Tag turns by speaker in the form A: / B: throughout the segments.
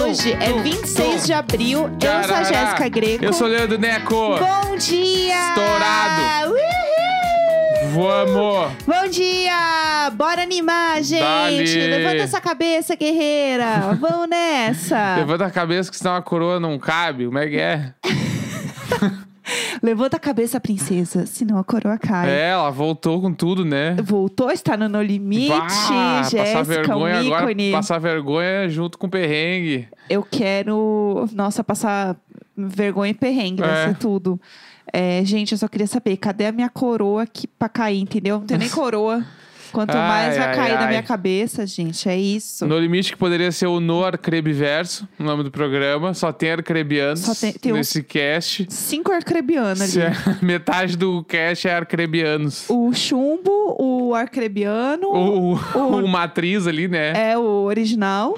A: hoje é 26 de abril. Eu sou a
B: Tarará.
A: Jéssica Greco.
B: Eu sou o Leandro Neco.
A: Bom dia!
B: Estourado.
A: Uhul!
B: Vamos!
A: Bom dia! Bora animar, gente!
B: Dale.
A: Levanta essa cabeça, guerreira! Vamos nessa!
B: Levanta a cabeça que senão a coroa não cabe. Como é que é?
A: Levanta a cabeça, princesa, senão a coroa cai.
B: É, ela voltou com tudo, né?
A: Voltou, está no No Limite,
B: Vá, passar
A: Jéssica, um
B: vergonha agora,
A: ícone.
B: passar vergonha junto com o perrengue.
A: Eu quero, nossa, passar vergonha e perrengue, vai
B: É.
A: ser tudo. É, gente, eu só queria saber, cadê a minha coroa que, pra cair, entendeu? Não tem nem coroa. Quanto
B: Ai,
A: mais vai
B: ai,
A: cair da
B: ai.
A: minha cabeça, gente, é isso.
B: No limite que poderia ser o No Arcrebiverso, o nome do programa. Só tem arcrebianos
A: Só tem- tem uns-
B: nesse cast.
A: Cinco arcrebianos ali.
B: Se é- metade do cast é arcrebianos.
A: O chumbo, o arcrebiano,
B: O, o,
A: o-
B: o Matriz ali, né?
A: é o original,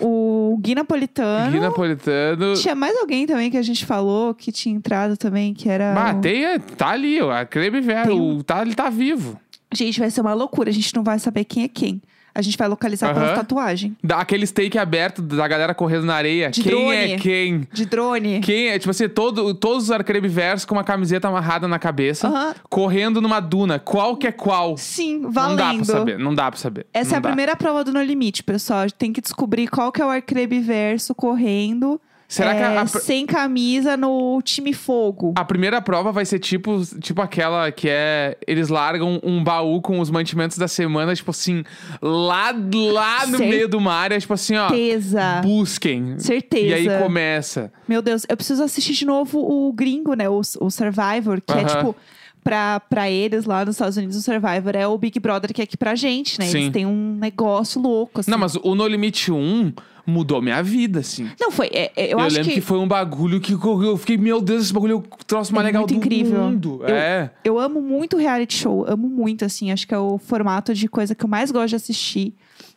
A: o Gui Napolitano.
B: Gui Napolitano.
A: Tinha mais alguém também que a gente falou que tinha entrado também, que era...
B: Bah,
A: o-
B: tem, é- tá ali, ó, a Creme Vera,
A: Ah. Tem um-
B: o, tá, ele tá vivo.
A: Gente, vai ser uma loucura, a gente não vai saber quem é quem. A gente vai localizar pelas
B: Aham.
A: tatuagem.
B: Dá aquele steak aberto da galera correndo na areia.
A: De
B: quem
A: drone.
B: é quem?
A: De drone.
B: Quem é? Tipo assim, todo, todos os arcrebiversos com uma camiseta amarrada na cabeça,
A: Aham.
B: correndo numa duna. Qual que é qual?
A: Sim,
B: Não
A: valendo.
B: dá pra saber, não dá pra saber.
A: Essa
B: não
A: é a
B: dá.
A: primeira prova do No Limite, pessoal. A gente tem que descobrir qual que é o arcrebiverso correndo.
B: Será que
A: é,
B: a- a-
A: sem camisa no time fogo.
B: A primeira prova vai ser tipo, tipo aquela que é. Eles largam um baú com os mantimentos da semana, tipo assim, lá, lá no
A: Certeza.
B: meio de uma área, tipo assim, ó.
A: Certeza.
B: Busquem.
A: Certeza.
B: E aí começa.
A: Meu Deus, eu preciso assistir de novo o gringo, né? O, o Survivor, que é
B: Aham.
A: tipo. Pra, pra eles lá nos Estados Unidos, o Survivor é o Big Brother que é aqui pra gente, né? Eles
B: Sim.
A: têm um negócio louco, assim.
B: Não, mas o No Limite 1 mudou minha vida, assim.
A: Não, foi. é- é, eu, acho
B: lembro que... foi um bagulho que eu eu fiquei, meu Deus, esse bagulho é o troço mais
A: É
B: legal
A: muito
B: do
A: incrível.
B: mundo.
A: Eu-
B: É.
A: Eu amo muito reality show, amo muito, assim. Acho que é o formato de coisa que eu mais gosto de assistir.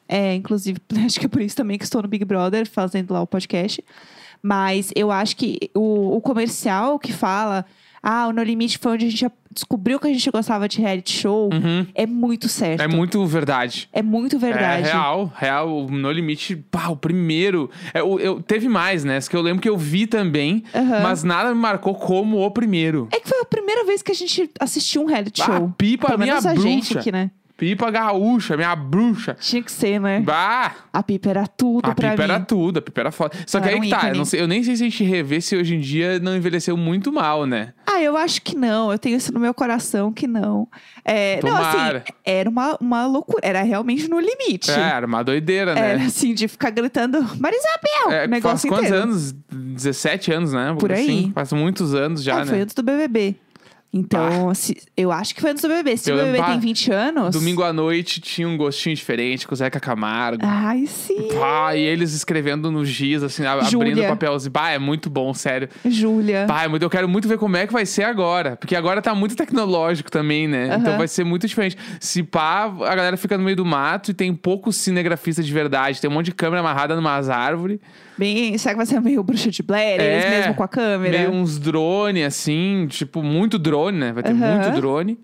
A: É, inclusive, acho que é por isso também que estou no Big Brother, fazendo lá o podcast. Mas eu acho que o, o comercial que fala. Ah, o No Limite foi onde a gente descobriu que a gente gostava de reality show.
B: Uhum.
A: É muito certo.
B: É muito verdade.
A: É muito verdade.
B: É real, real. o No Limite, pá, o primeiro. É, o- eu, teve mais, né? Isso que eu lembro que eu vi também,
A: Aham.
B: mas nada me marcou como o primeiro.
A: É que foi a primeira vez que a gente assistiu um reality
B: Ah,
A: show.
B: pipa,
A: Pelo
B: minha
A: menos a gente
B: bruxa.
A: aqui, né?
B: Pipa gaúcha, minha bruxa.
A: Tinha que ser, né?
B: Bah!
A: A pipa era tudo
B: A
A: pra
B: pipa
A: mim.
B: era tudo, a pipa era foda. Só que
A: Era
B: aí
A: um
B: que tá, eu,
A: ícone.
B: não sei- eu nem sei se a gente rever se hoje em dia não envelheceu muito mal, né?
A: Ah, eu acho que não. Eu tenho isso no meu coração que não. É, não,
B: Tomara.
A: assim, era uma, uma loucura. Era realmente no limite.
B: É, era uma doideira, né?
A: Era assim, de ficar gritando, Marisabel!
B: É,
A: o negócio
B: faz
A: inteiro.
B: quantos anos? 17 anos, né?
A: Por aí.
B: Assim, faz muitos anos já,
A: Ah,
B: né?
A: Foi antes do BBB. Então, se- eu acho que foi antes do BBB. Se
B: Eu
A: o
B: lembro-
A: BBB tem
B: bah,
A: 20 anos.
B: Domingo à noite tinha um gostinho diferente com o Zeca Camargo.
A: Ai, sim.
B: Pá, e eles escrevendo no giz, assim, a-
A: Júlia.
B: abrindo papelzinho. Pá, é muito bom, sério.
A: Júlia.
B: Pá, é muito- eu quero muito ver como é que vai ser agora. Porque agora tá muito tecnológico também, né?
A: Aham.
B: Então vai ser muito diferente. Se pá, a galera fica no meio do mato e tem poucos cinegrafistas de verdade. Tem um monte de câmera amarrada numas árvores.
A: Bem, será que vai ser meio bruxa de Blair? Eles mesmo com a câmera?
B: É, Meio um uns drone, assim, tipo, muito drone, né? Vai ter
A: Aham.
B: muito drone.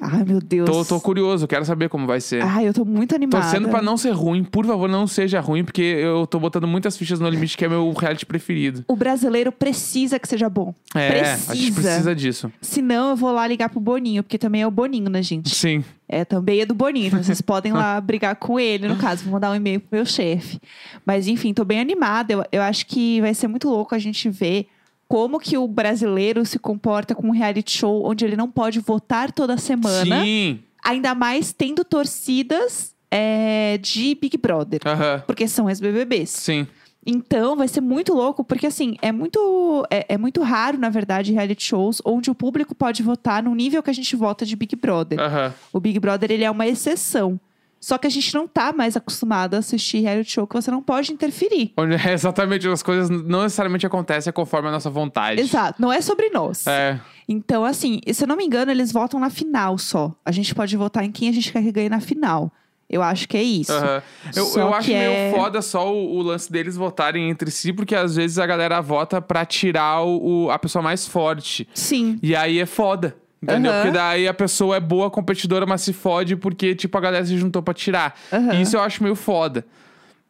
A: Ai, meu Deus.
B: Tô, tô curioso, eu quero saber como vai ser.
A: Ai, eu tô muito animada.
B: Torcendo pra não ser ruim, por favor, não seja ruim, porque eu tô botando muitas fichas no limite, que é meu reality preferido.
A: O brasileiro precisa que seja bom.
B: É,
A: precisa.
B: a gente precisa disso.
A: Se não, eu vou lá ligar pro Boninho, porque também é o Boninho, né, gente?
B: Sim.
A: É, também é do Boninho, então vocês podem lá brigar com ele, no caso, vou mandar um e-mail pro meu chefe. Mas enfim, tô bem animada, eu, eu acho que vai ser muito louco a gente ver como que o brasileiro se comporta com um reality show onde ele não pode votar toda semana,
B: Sim.
A: ainda mais tendo torcidas é, de Big Brother,
B: Aham.
A: porque são ex-BBBs.
B: Sim.
A: Então, vai ser muito louco, porque assim, é muito, é, é muito raro, na verdade, reality shows onde o público pode votar no nível que a gente vota de Big Brother.
B: Aham.
A: O Big Brother, ele é uma exceção. Só que a gente não tá mais acostumado a assistir reality show que você não pode interferir.
B: Onde é exatamente as coisas não necessariamente acontecem conforme a nossa vontade.
A: Exato, não é sobre nós.
B: É.
A: Então, assim, se eu não me engano, eles votam na final só. A gente pode votar em quem a gente quer que ganhe na final. Eu acho que é isso.
B: aham. Eu,
A: Só
B: eu acho
A: que
B: meio
A: é-
B: foda só o, o lance deles votarem entre si, porque às vezes a galera vota pra tirar o, o- a pessoa mais forte.
A: Sim.
B: E aí é foda. Entendeu?
A: Aham.
B: Porque daí a pessoa é boa competidora, mas se fode porque, tipo, a galera se juntou pra tirar.
A: Aham.
B: E isso eu acho meio foda.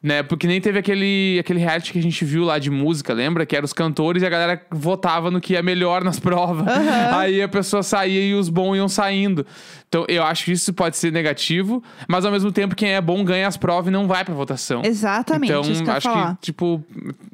B: Né? Porque nem teve aquele, aquele reality que a gente viu lá de música, lembra? Que era os cantores e a galera votava no que ia melhor nas provas.
A: Aham.
B: Aí a pessoa saía e os bons iam saindo. Então eu acho que isso pode ser negativo, mas ao mesmo tempo quem é bom ganha as provas e não vai pra votação.
A: Exatamente,
B: Então,
A: isso que eu ia
B: acho
A: falar.
B: que, tipo,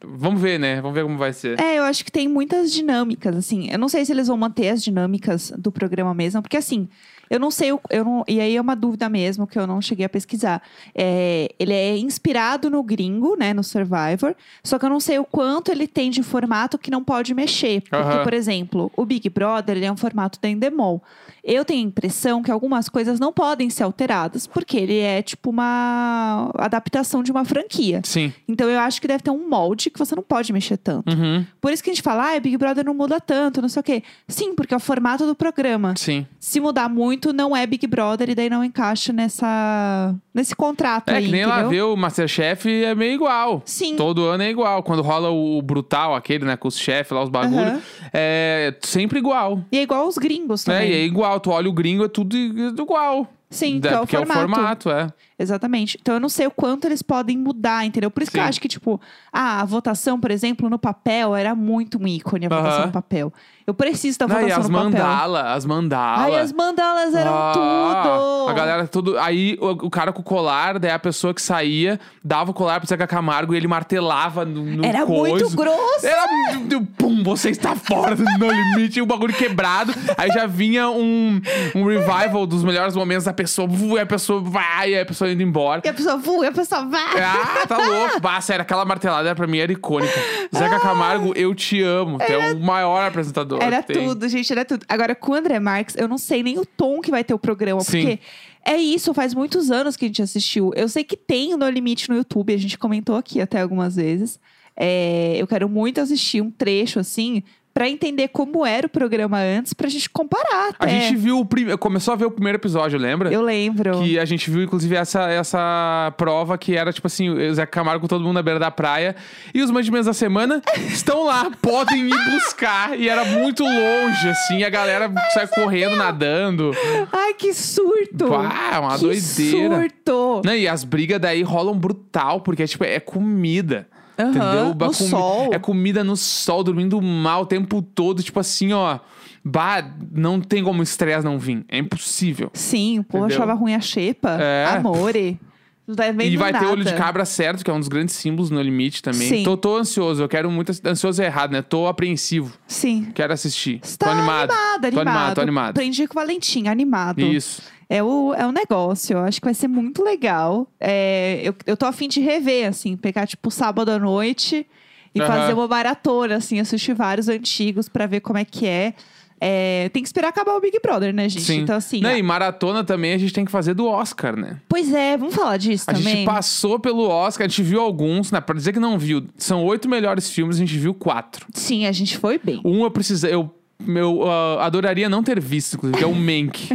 B: vamos ver, né? Vamos ver como vai ser.
A: É, eu acho que tem muitas dinâmicas, assim. Eu não sei se eles vão manter as dinâmicas do programa mesmo, porque assim, eu não sei, o- eu não, e aí é uma dúvida mesmo que eu não cheguei a pesquisar. É, ele é inspirado no gringo, né, no Survivor, só que eu não sei o quanto ele tem de formato que não pode mexer. Porque,
B: Aham.
A: por exemplo, o Big Brother, ele é um formato da Endemol. Eu tenho a impressão que algumas coisas não podem ser alteradas, porque ele é tipo uma adaptação de uma franquia.
B: Sim.
A: Então eu acho que deve ter um molde que você não pode mexer tanto.
B: Uhum.
A: Por isso que a gente fala, ah, Big Brother não muda tanto, não sei o quê. Sim, porque é o formato do programa.
B: Sim.
A: Se mudar muito, não é Big Brother e daí não encaixa nessa nesse contrato
B: É
A: aí,
B: que nem
A: entendeu?
B: lá ver o Masterchef é meio igual.
A: Sim.
B: Todo ano é igual. Quando rola o brutal, aquele, né? Com os chefes lá, os bagulhos.
A: Aham.
B: É sempre igual.
A: E é igual os gringos
B: É,
A: também.
B: e é igual. Tu olha o gringo, é tudo i- igual.
A: Sim,
B: Da-
A: que é o
B: porque
A: formato.
B: é o formato, é.
A: Exatamente. Então eu não sei o quanto eles podem mudar, entendeu? Por isso que eu
B: Sim.
A: acho que, tipo, ah, a votação, por exemplo, no papel era muito um ícone a
B: Aham.
A: votação no papel. Eu preciso da
B: Não, e
A: votação
B: as
A: no papel.
B: mandala, as mandala.
A: Ai, as mandalas eram
B: Ah,
A: tudo.
B: A galera tudo. Aí o, o cara com o colar, daí a pessoa que saía, dava o colar pro Zeca Camargo e ele martelava no, no
A: Era
B: coiso.
A: muito grosso.
B: Era. um Pum, você está fora do No Limite, o bagulho quebrado. Aí já vinha um, um revival dos melhores momentos da pessoa. vu, E a pessoa vai, e a pessoa indo embora.
A: E a pessoa voa, e a pessoa vai.
B: Ah, tá louco. Bah, sério, aquela martelada pra mim era icônica.
A: Ah.
B: Zeca Camargo, eu te amo. Tu é o maior apresentador.
A: Era
B: que tem.
A: tudo, gente, era tudo. Agora, com o André Marques, eu não sei nem o tom que vai ter o programa,
B: Sim.
A: porque é isso, faz muitos anos que a gente assistiu. Eu sei que tem o No Limite no YouTube, a gente comentou aqui até algumas vezes. É, eu quero muito assistir um trecho assim, pra entender como era o programa antes, pra gente comparar até.
B: A gente viu o primeiro. Começou a ver o primeiro episódio, lembra?
A: Eu lembro.
B: Que a gente viu, inclusive, essa, essa prova que era, tipo assim, o Zé Camargo, todo mundo na beira da praia. E os mantimentos da semana estão lá, podem ir buscar. E era muito longe, assim, a galera
A: é
B: sai correndo, nadando.
A: Ai, que surto!
B: Pá, uma
A: que
B: doideira.
A: surto!
B: Não, e as brigas daí rolam brutal, porque é tipo, é comida.
A: Aham,
B: entendeu?
A: no sol.
B: É comida no sol, dormindo mal o tempo todo, tipo assim, ó. Bah, não tem como estresse não vir. É impossível.
A: Sim, o povo
B: Entendeu?
A: achava ruim a xepa.
B: É.
A: Amore. Não tá vendo
B: E vai ter
A: nada.
B: olho de cabra certo, que é um dos grandes símbolos no limite também.
A: Sim.
B: Tô, tô ansioso, eu quero muito. Ansioso é errado, né? Tô apreensivo.
A: Sim.
B: Quero assistir.
A: Está
B: tô animado.
A: animado,
B: Tô animado, tô animado.
A: Aprendi com o Valentim, animado.
B: Isso.
A: É o, é o negócio, eu acho que vai ser muito legal. É, eu, eu tô afim de rever, assim, pegar tipo sábado à noite e
B: Aham.
A: fazer uma maratona, assim, assistir vários antigos pra ver como é que é. É, Tem que esperar acabar o Big Brother, né, gente?
B: Sim.
A: Então, assim.
B: Não,
A: ah,
B: e maratona também a gente tem que fazer do Oscar, né?
A: Pois é, vamos falar disso
B: A
A: também.
B: gente passou pelo Oscar, a gente viu alguns, né? Pra dizer que não viu, são oito melhores filmes, a gente viu quatro.
A: Sim, a gente foi bem.
B: Um eu precisei. Eu, eu ah, adoraria não ter visto, inclusive, que é o Mank.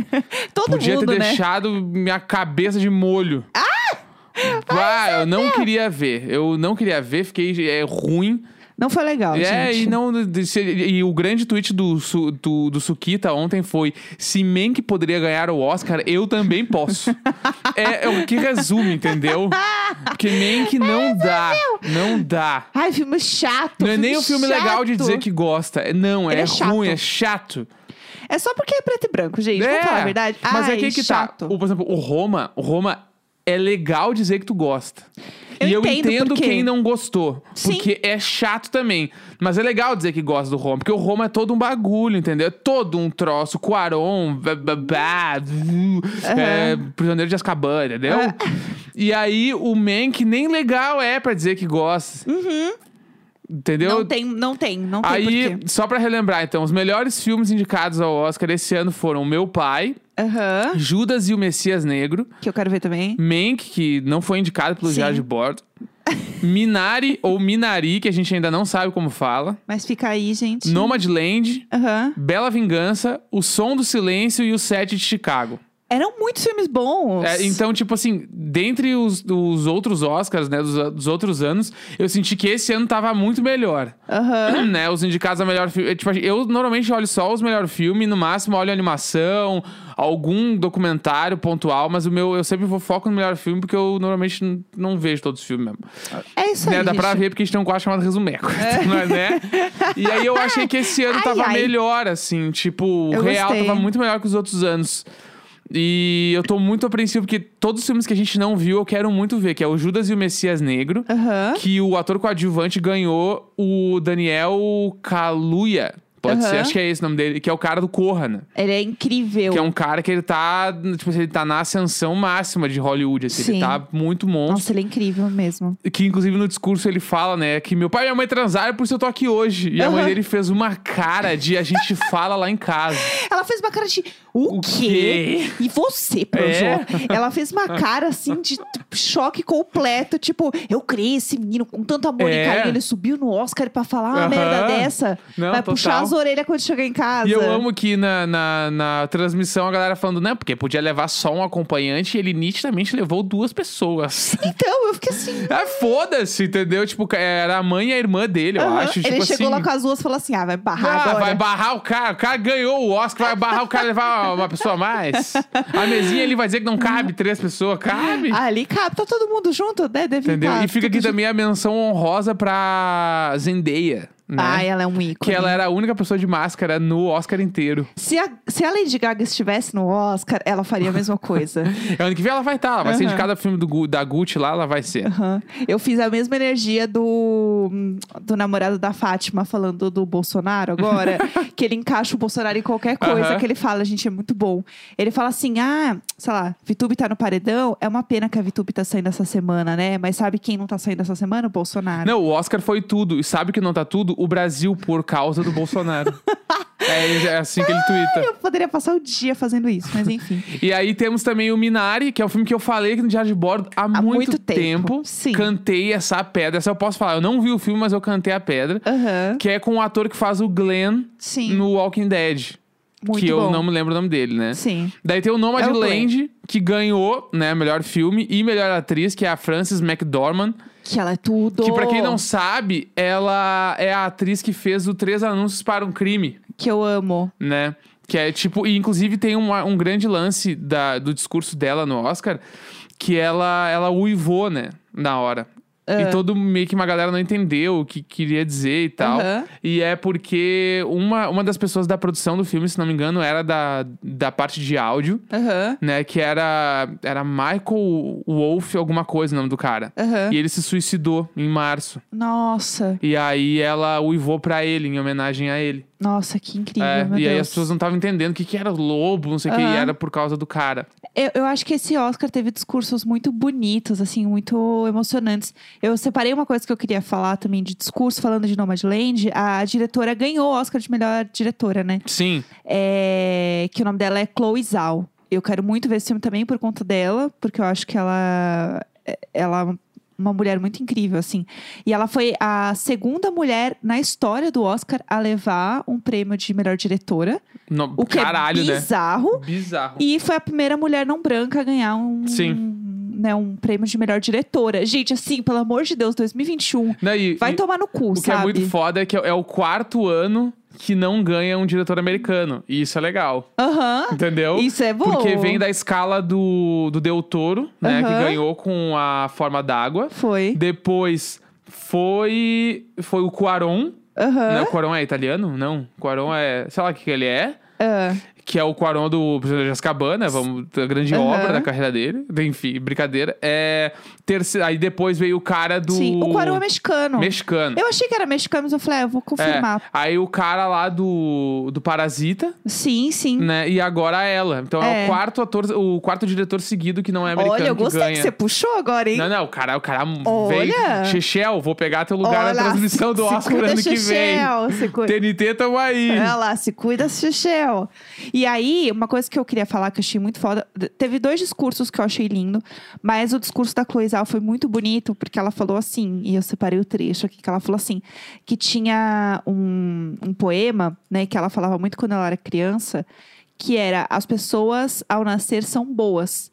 A: Todo
B: Podia
A: mundo,
B: ter
A: né?
B: deixado minha cabeça de molho. Ah! eu não queria ver. Eu não queria ver, fiquei é, ruim.
A: Não foi legal,
B: é,
A: gente.
B: e não. se- E o grande tweet do, Su- do, do Sukita ontem foi: se Mank poderia ganhar o Oscar, eu também posso. é, é o que resume, entendeu? Porque Mank não dá. Não dá.
A: Ai, filme chato.
B: Não é nem um filme legal de
A: chato.
B: dizer que gosta. É- Não,
A: Ele
B: é,
A: é chato.
B: ruim, é chato.
A: É só porque é preto e branco, gente. Vamos falar a verdade.
B: Mas
A: Ai,
B: é que, que tá.
A: chato.
B: O, por exemplo, o Roma, o Roma é legal dizer que tu gosta.
A: Eu
B: e eu
A: entendo
B: entendo
A: por quê.
B: quem não gostou.
A: Sim.
B: Porque é chato também. Mas é legal dizer que gosta do Roma, porque o Roma é todo um bagulho, entendeu? É todo um troço. Cuaron, bá, bá, bá, vu, é, prisioneiro de Azkaban, entendeu?
A: Ah.
B: E aí o Mank nem legal é pra dizer que gosta. Entendeu?
A: Uhum. Não tem, não tem, não tem
B: Aí,
A: porquê.
B: só pra relembrar, então, os melhores filmes indicados ao Oscar esse ano foram Meu Pai,
A: Aham.
B: Judas e o Messias Negro,
A: Que eu quero ver também.
B: Mank, que não foi indicado pelo
A: Sim.
B: Jared Bordo, Minari ou Minari, que a gente ainda não sabe como fala,
A: Mas fica aí, gente.
B: Nomadland,
A: Aham.
B: Bela Vingança, O Som do Silêncio e O Sete de Chicago.
A: Eram muitos filmes bons.
B: É, então, tipo assim, dentre os, os outros Oscars, né, dos, dos outros anos, eu senti que esse ano tava muito melhor.
A: Aham.
B: né, os indicados a melhor filme. é, Tipo, eu normalmente olho só os melhores filmes, no máximo olho animação, algum documentário pontual, mas o meu eu sempre vou foco no melhor filme porque eu normalmente n- não vejo todos os filmes mesmo.
A: É isso aí.
B: Né, dá pra
A: gente.
B: ver porque a gente tem um quadro chamado Resumeco. Mas, né? E aí eu achei que esse ano
A: Ai,
B: tava
A: ai.
B: melhor, assim, tipo, o
A: Eu
B: real
A: gostei.
B: tava muito melhor que os outros anos. E eu tô muito apreensivo porque todos os filmes que a gente não viu, eu quero muito ver, que é o Judas e o Messias Negro
A: Aham.
B: que o ator coadjuvante ganhou o Daniel Kaluuya. Pode
A: Aham.
B: ser, acho que é esse o nome dele, que é o cara do Corra, né?
A: Ele é incrível.
B: Que é um cara que ele tá, tipo, assim, ele tá na ascensão máxima de Hollywood, assim,
A: Sim.
B: ele tá muito monstro.
A: Nossa, ele é incrível mesmo.
B: Que inclusive no discurso ele fala, né, que meu pai e minha mãe transaram por isso eu tô aqui hoje. E a mãe
A: Aham.
B: dele fez uma cara de a gente fala lá em casa.
A: Ela fez uma cara de. O,
B: O
A: quê?
B: quê? É.
A: E você, Projó? Ela fez uma cara assim de t- choque completo. Tipo, eu criei esse menino com tanto amor e
B: É.
A: carinho. Ele subiu no Oscar pra falar uma
B: Aham.
A: merda dessa.
B: Não,
A: Vai puxar
B: total.
A: as orelhas quando chegar em casa.
B: E eu amo que na, na, na transmissão a galera falando, né, porque podia levar só um acompanhante e ele nitidamente levou duas pessoas.
A: Então, eu fiquei assim.
B: Ah, foda-se, entendeu? Tipo, ca- era a mãe e a irmã dele, eu
A: aham.
B: acho.
A: ele
B: tipo
A: chegou
B: assim,
A: lá com as duas e falou assim: ah, vai barrar
B: ah,
A: agora.
B: vai barrar o cara, o cara ganhou o Oscar, vai barrar o cara e levar uma pessoa a mais. A mesinha ele vai dizer que não cabe três pessoas, cabe.
A: Ali, cara, tá todo mundo junto, né? Deve
B: entendeu?
A: tá
B: E fica
A: tudo
B: aqui
A: junto.
B: também a menção honrosa pra Zendaya, né?
A: Ai, ela é um ícone.
B: que ela era a única pessoa de máscara no Oscar inteiro.
A: se, a, se a Lady Gaga estivesse no Oscar, ela faria a mesma coisa.
B: É, Ano que vem ela vai estar, ela vai ser
A: Aham.
B: indicada ao filme do Gu- da Gucci lá, ela vai ser.
A: Aham. Eu fiz a mesma energia do, do namorado da Fátima falando do Bolsonaro agora, que ele encaixa o Bolsonaro em qualquer coisa
B: Aham.
A: que ele fala, gente, é muito bom. Ele fala assim: ah, sei lá, Vitube tá no paredão, é uma pena que a Vitube tá saindo essa semana, né? Mas sabe quem não tá saindo essa semana? O Bolsonaro.
B: Não, o Oscar foi tudo. E sabe que não tá tudo? O Brasil por causa do Bolsonaro. é, é assim que ele twitta.
A: Eu poderia passar o dia fazendo isso, mas enfim.
B: E aí temos também o Minari, que é o filme que eu falei aqui no Diário de Bordo há,
A: muito tempo. Sim.
B: Cantei essa pedra. Essa eu posso falar. Eu não vi o filme, mas eu cantei a pedra.
A: Aham.
B: Que é com o ator que faz o Glenn
A: Sim.
B: no Walking Dead.
A: Muito
B: que eu
A: bom.
B: não me lembro o nome dele, né?
A: Sim.
B: Daí tem o Nomad
A: É o Glenn.
B: Land, que ganhou, né, melhor filme e melhor atriz, que é a Frances McDormand.
A: Que ela é tudo.
B: Que pra quem não sabe, ela é a atriz que fez o Três Anúncios para um Crime
A: Que eu amo.
B: né? Que é tipo, e inclusive tem uma- um grande lance da- do discurso dela no Oscar, que ela, ela uivou, né? Na hora.
A: Ah.
B: E todo meio que uma galera não entendeu o que queria dizer e tal.
A: Aham.
B: E é porque uma, uma das pessoas da produção do filme, se não me engano, era da, da parte de áudio,
A: Aham.
B: né? Que era, era Michael Wolf, alguma coisa, o nome do cara.
A: Aham.
B: E ele se suicidou em março.
A: Nossa,
B: E aí ela uivou pra ele, em homenagem a ele.
A: nossa, que incrível,
B: É, e
A: meu
B: aí
A: Deus.
B: as pessoas não estavam entendendo o que, que era lobo, não sei o que,
A: Aham.
B: e era por causa do cara.
A: Eu, eu acho que esse Oscar teve discursos muito bonitos, assim, muito emocionantes. Eu separei uma coisa que eu queria falar também de discurso, falando de Nomadland. A diretora ganhou o Oscar de melhor diretora, né?
B: Sim.
A: É, que o nome dela é Chloe Zhao. Eu quero muito ver esse filme também por conta dela, porque eu acho que ela, ela é uma mulher muito incrível, assim. E ela foi a segunda mulher na história do Oscar a levar um prêmio de melhor diretora,
B: No-
A: o que
B: caralho,
A: é
B: né?
A: bizarro.
B: Bizarro.
A: E foi a primeira mulher não branca a ganhar um,
B: Sim.
A: né, um prêmio de melhor diretora. Gente, assim, pelo amor de Deus, 2021.
B: Não, e-
A: Vai
B: e
A: tomar no cu,
B: o que
A: sabe?
B: é muito foda é que é o quarto ano que não ganha um diretor americano. E isso é legal.
A: Aham.
B: Entendeu?
A: Isso é bom.
B: Porque vem da escala do, do Del Toro, né? Que
A: Aham.
B: ganhou com a forma d'água.
A: Foi.
B: Depois foi. Foi o Cuaron.
A: Aham.
B: Né? O Cuaron é italiano? Não. O Cuaron é. Sei lá o que, que ele é.
A: Ah.
B: Que é o Quaron do Prisioneiro de Azkaban, né? Vamos, a grande
A: Aham.
B: obra da carreira dele. Enfim, brincadeira. É, terce... Aí depois veio o cara do...
A: Sim, o Quarão é mexicano.
B: Mexicano.
A: Eu achei que era mexicano, mas eu falei, ah, eu vou
B: É.
A: confirmar.
B: Aí o cara lá do, do Parasita,
A: Sim, sim.
B: né? E agora ela. Então é,
A: Hum. É.
B: o quarto ator, o quarto diretor seguido que não é americano
A: Olha, eu
B: que
A: gostei
B: ganha.
A: que você puxou agora, hein?
B: Não, não, o cara, o cara
A: Olha!
B: veio. Chechel, vou pegar teu lugar
A: Olha
B: na
A: lá,
B: é transmissão do
A: se
B: Oscar
A: cuida,
B: ano que vem.
A: Chechel, É. se cuida.
B: TNT, tamo aí.
A: Olha lá, se cuida, Xuxel. E aí, uma coisa que eu queria falar que eu achei muito foda. d- Teve dois discursos que eu achei lindo, mas o discurso da Cloizal foi muito bonito, porque ela falou assim, e eu separei o trecho aqui, que ela falou assim, que tinha um, um poema, né, que ela falava muito quando ela era criança, que era as pessoas ao nascer são boas.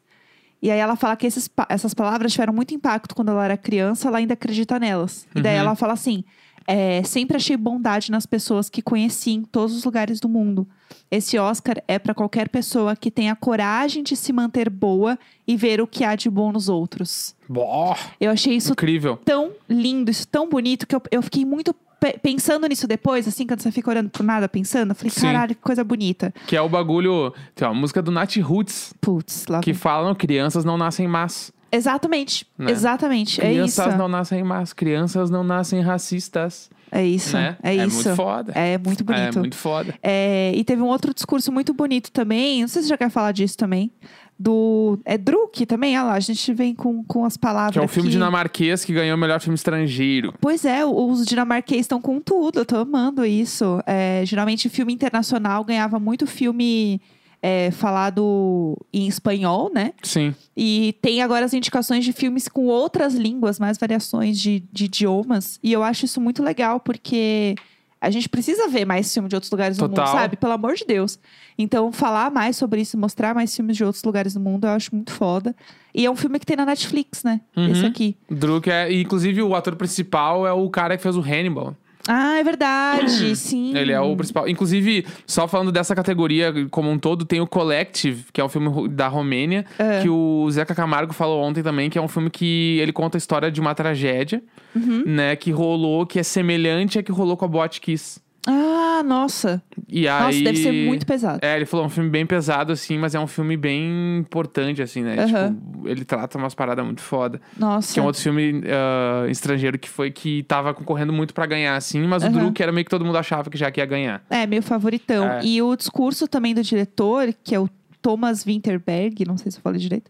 A: E aí ela fala que esses pa- essas palavras tiveram muito impacto quando ela era criança, ela ainda acredita nelas. E daí
B: Uhum.
A: ela fala assim: é, sempre achei bondade nas pessoas que conheci em todos os lugares do mundo. Esse Oscar é para qualquer pessoa que tenha coragem de se manter boa e ver o que há de bom nos outros.
B: Bó,
A: Eu achei isso
B: incrível.
A: tão lindo, isso tão bonito, que eu, eu fiquei muito pe- pensando nisso depois, assim, quando você fica olhando pro nada, pensando. Eu falei,
B: Sim.
A: caralho, que coisa bonita.
B: Que é o bagulho. Tem uma música do Nat Roots
A: Putz, lá
B: que
A: vem.
B: falam crianças não nascem más.
A: Exatamente,
B: Né?
A: exatamente. É isso.
B: crianças não nascem más, crianças não nascem racistas.
A: É isso.
B: né?
A: É, isso.
B: muito foda.
A: É muito bonito.
B: É muito foda.
A: É, e teve um outro discurso muito bonito também. Não sei se você já quer falar disso também. Do. É Druk também, olha lá. A gente vem com, com as palavras.
B: Que é o filme
A: aqui.
B: dinamarquês que ganhou o melhor filme estrangeiro.
A: Pois é, o- os dinamarqueses estão com tudo, eu tô amando isso. É, geralmente, filme internacional ganhava muito filme é, falado em espanhol, né?
B: Sim.
A: E tem agora as indicações de filmes com outras línguas, mais variações de, de idiomas. E eu acho isso muito legal, porque a gente precisa ver mais filme de outros lugares do
B: Total.
A: mundo, sabe? Pelo amor de Deus. Então, falar mais sobre isso, mostrar mais filmes de outros lugares do mundo, eu acho muito foda. E é um filme que tem na Netflix, né?
B: Uhum.
A: Esse aqui.
B: Druk é. e, Inclusive, o ator principal é o cara que fez o Hannibal.
A: Ah, é verdade, sim.
B: Ele é o principal. Inclusive, só falando dessa categoria como um todo, tem o Collective, que é um filme ru- da Romênia,
A: É.
B: que o Zeca Camargo falou ontem também, que é um filme que ele conta a história de uma tragédia,
A: Uhum. Hum?
B: né, que rolou, que é semelhante à que rolou com a Botkiss.
A: Ah, nossa.
B: E aí...
A: Nossa, deve ser muito pesado.
B: É, ele falou, é um filme bem pesado, assim, mas é um filme bem importante, assim, né?
A: Aham.
B: Tipo, ele trata umas paradas muito foda. Que
A: Nossa.
B: é um outro filme ah, estrangeiro que foi que tava concorrendo muito pra ganhar, assim, mas o
A: Aham.
B: Druk era meio que todo mundo achava que já que ia ganhar.
A: É, meu favoritão.
B: É.
A: E o discurso também do diretor, que é o Thomas Winterberg, não sei se eu falei direito.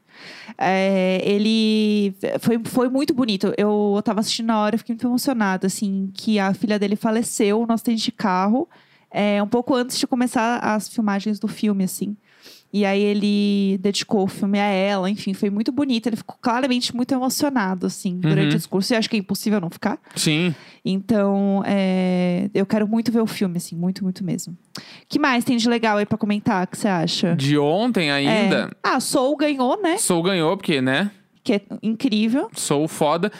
A: é, ele foi, foi muito bonito. Eu tava assistindo na hora, eu fiquei muito emocionada, assim, que a filha dele faleceu no acidente de carro, é, um pouco antes de começar as filmagens do filme, assim. E aí ele dedicou o filme a ela, enfim, foi muito bonito. Ele ficou claramente muito emocionado, assim, durante
B: Uhum.
A: o discurso. E acho que é impossível não ficar.
B: Sim.
A: Então, é, eu quero muito ver o filme, assim, muito, muito mesmo. que mais tem de legal aí pra comentar, que você acha?
B: De ontem ainda.
A: É. Ah, Soul ganhou, né?
B: Soul ganhou, porque, né?
A: Que é incrível,
B: Sou foda.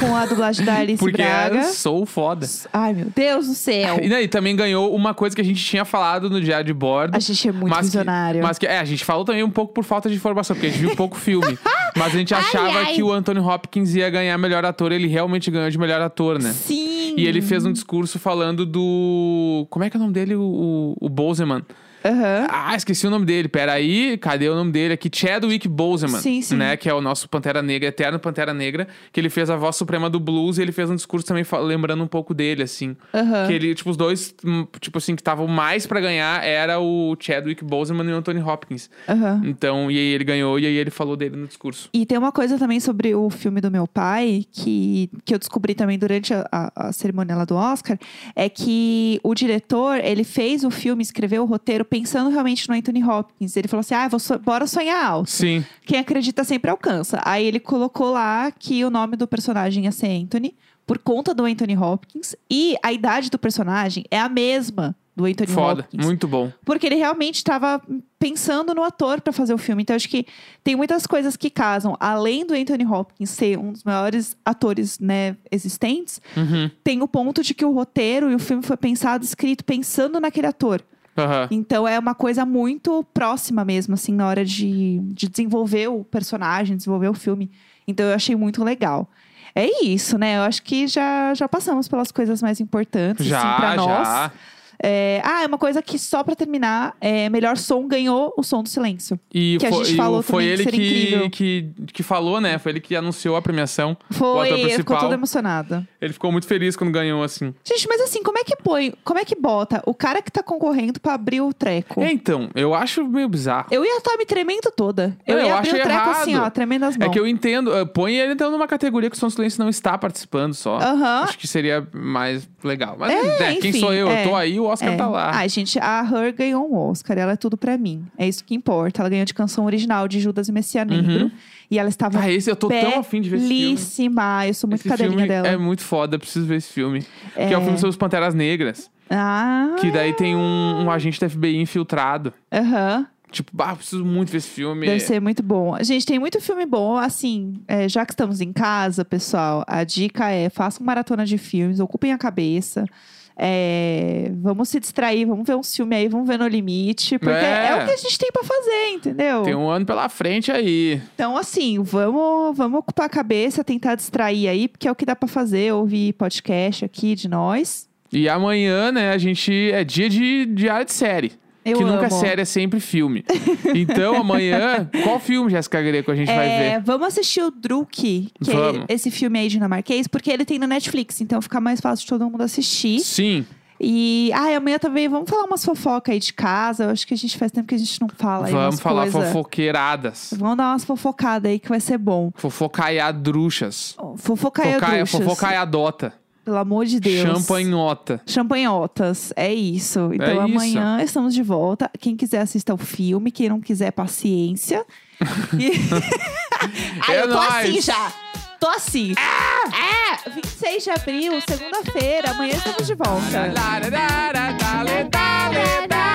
A: com a dublagem da Alice
B: Porque é
A: Braga. é
B: sou foda.
A: Ai, meu Deus do céu!
B: E daí também ganhou uma coisa que a gente tinha falado no diário de bordo.
A: A gente é muito
B: mas que-
A: visionário.
B: Mas que, é, a gente falou também um pouco por falta de informação, porque a gente viu pouco filme. Mas a gente achava
A: ai.
B: que o Anthony Hopkins ia ganhar melhor ator, ele realmente ganhou de melhor ator, né?
A: Sim!
B: E ele fez um discurso falando do. Como é que é o nome dele? O, o, o Boseman.
A: Aham.
B: Ah, esqueci o nome dele. Peraí, cadê o nome dele aqui? Chadwick Boseman.
A: Sim, sim.
B: Né, que é o nosso Pantera Negra, eterno Pantera Negra. Que ele fez a voz suprema do blues e ele fez um discurso também fa- lembrando um pouco dele, assim.
A: Aham.
B: Que ele, tipo, os dois, hum, tipo assim, que estavam mais pra ganhar era o Chadwick Boseman e o Anthony Hopkins.
A: Aham.
B: Então, e aí ele ganhou e aí ele falou dele no discurso.
A: E tem uma coisa também sobre o filme do meu pai, que, que eu descobri também durante a, a- a cerimônia lá do Oscar, é que o diretor, ele fez o filme, escreveu o roteiro pensando realmente no Anthony Hopkins. Ele falou assim, ah, vou so- bora sonhar alto.
B: Sim.
A: Quem acredita sempre alcança. Aí ele colocou lá que o nome do personagem ia ser Anthony, por conta do Anthony Hopkins. E a idade do personagem é a mesma do Anthony
B: Foda.
A: Hopkins.
B: Muito bom.
A: Porque ele realmente estava pensando no ator para fazer o filme. Então, acho que tem muitas coisas que casam. Além do Anthony Hopkins ser um dos maiores atores né, existentes,
B: Uhum.
A: tem o ponto de que o roteiro e o filme foi pensado, escrito, pensando naquele ator.
B: Aham.
A: Então, é uma coisa muito próxima mesmo, assim, na hora de, de desenvolver o personagem, desenvolver o filme. Então, eu achei muito legal. É isso, né? Eu acho que já, já passamos pelas coisas mais importantes, assim,
B: Já,
A: pra nós.
B: já.
A: É, ah, é uma coisa que só pra terminar, é, melhor som ganhou o som do silêncio.
B: E
A: Que a
B: foi,
A: gente
B: e
A: falou
B: o- foi
A: também
B: ele
A: que seria
B: que,
A: incrível.
B: que, que falou, né? Foi ele que anunciou a premiação.
A: Foi,
B: ator
A: eu ficou
B: principal.
A: toda emocionada.
B: Ele ficou muito feliz quando ganhou, assim.
A: Gente, mas assim, como é que põe, como é que bota o cara que tá concorrendo pra abrir o treco?
B: É, então, eu acho meio bizarro.
A: Eu ia estar me tremendo toda. Eu,
B: Eu
A: ia abrir
B: acho
A: o treco
B: errado.
A: assim, ó, tremendo as
B: É
A: mãos.
B: que eu entendo. eh, Põe ele então numa categoria que o Som do Silêncio não está participando só.
A: Aham.
B: Acho que seria mais legal. Mas
A: É,
B: né, quem
A: enfim,
B: sou eu?
A: é.
B: eu tô aí, o Oscar
A: É.
B: tá lá.
A: Ai, gente, a Her ganhou um Oscar, ela é tudo pra mim. É isso que importa. Ela ganhou de canção original de Judas e Messias Negro. E ela estava
B: Ah, esse Uhum. eu tô tão afim de ver esse filme.
A: belíssima. Eu sou muito
B: esse
A: cadelinha
B: filme
A: dela.
B: é muito foda, preciso ver esse filme. Que é
A: É.
B: o filme sobre os Panteras Negras.
A: Ah,
B: Que daí tem um, um agente da FBI infiltrado.
A: aham.
B: Tipo, bah, preciso muito ver esse filme.
A: Deve ser muito bom. Gente, tem muito filme bom. Assim, é, já que estamos em casa, pessoal, a dica é façam maratona de filmes, ocupem a cabeça. É, vamos se distrair, vamos ver um filme aí, vamos ver No Limite. Porque
B: É.
A: é, o que a gente tem pra fazer, entendeu?
B: Tem um ano pela frente aí.
A: Então, assim, vamos, vamos ocupar a cabeça, tentar distrair aí, porque é o que dá pra fazer. Ouvir podcast aqui de nós.
B: E amanhã, né, a gente. É dia de diário de série.
A: Eu
B: que nunca é
A: amo.
B: série, é sempre filme. Então, amanhã, qual filme, Jéssica Greco, a gente vai
A: É,
B: ver?
A: vamos assistir o Druk, que é
B: Vamos.
A: esse filme aí dinamarquês, porque ele tem no Netflix, então fica mais fácil de todo mundo assistir.
B: Sim.
A: E, ai, amanhã também vamos falar umas fofoca aí de casa. Eu acho que a gente faz tempo que a gente não fala aí
B: Vamos
A: umas
B: falar
A: coisa.
B: fofoqueiradas.
A: Vamos dar umas fofocadas aí que vai ser bom.
B: Fofocaiadruxas.
A: Fofocaia
B: Focaia-
A: bruxas,
B: Fofocaiadota.
A: Pelo amor de Deus.
B: Champanhota.
A: Champanhotas, é isso. Então
B: isso.
A: amanhã estamos de volta. Quem quiser assista o filme, quem não quiser, paciência. E- Ai,
B: É
A: eu tô
B: nóis.
A: assim já. Tô assim. É, 26 de abril, segunda-feira. Amanhã estamos de volta.
B: Dale, dale, dale, dale, dale.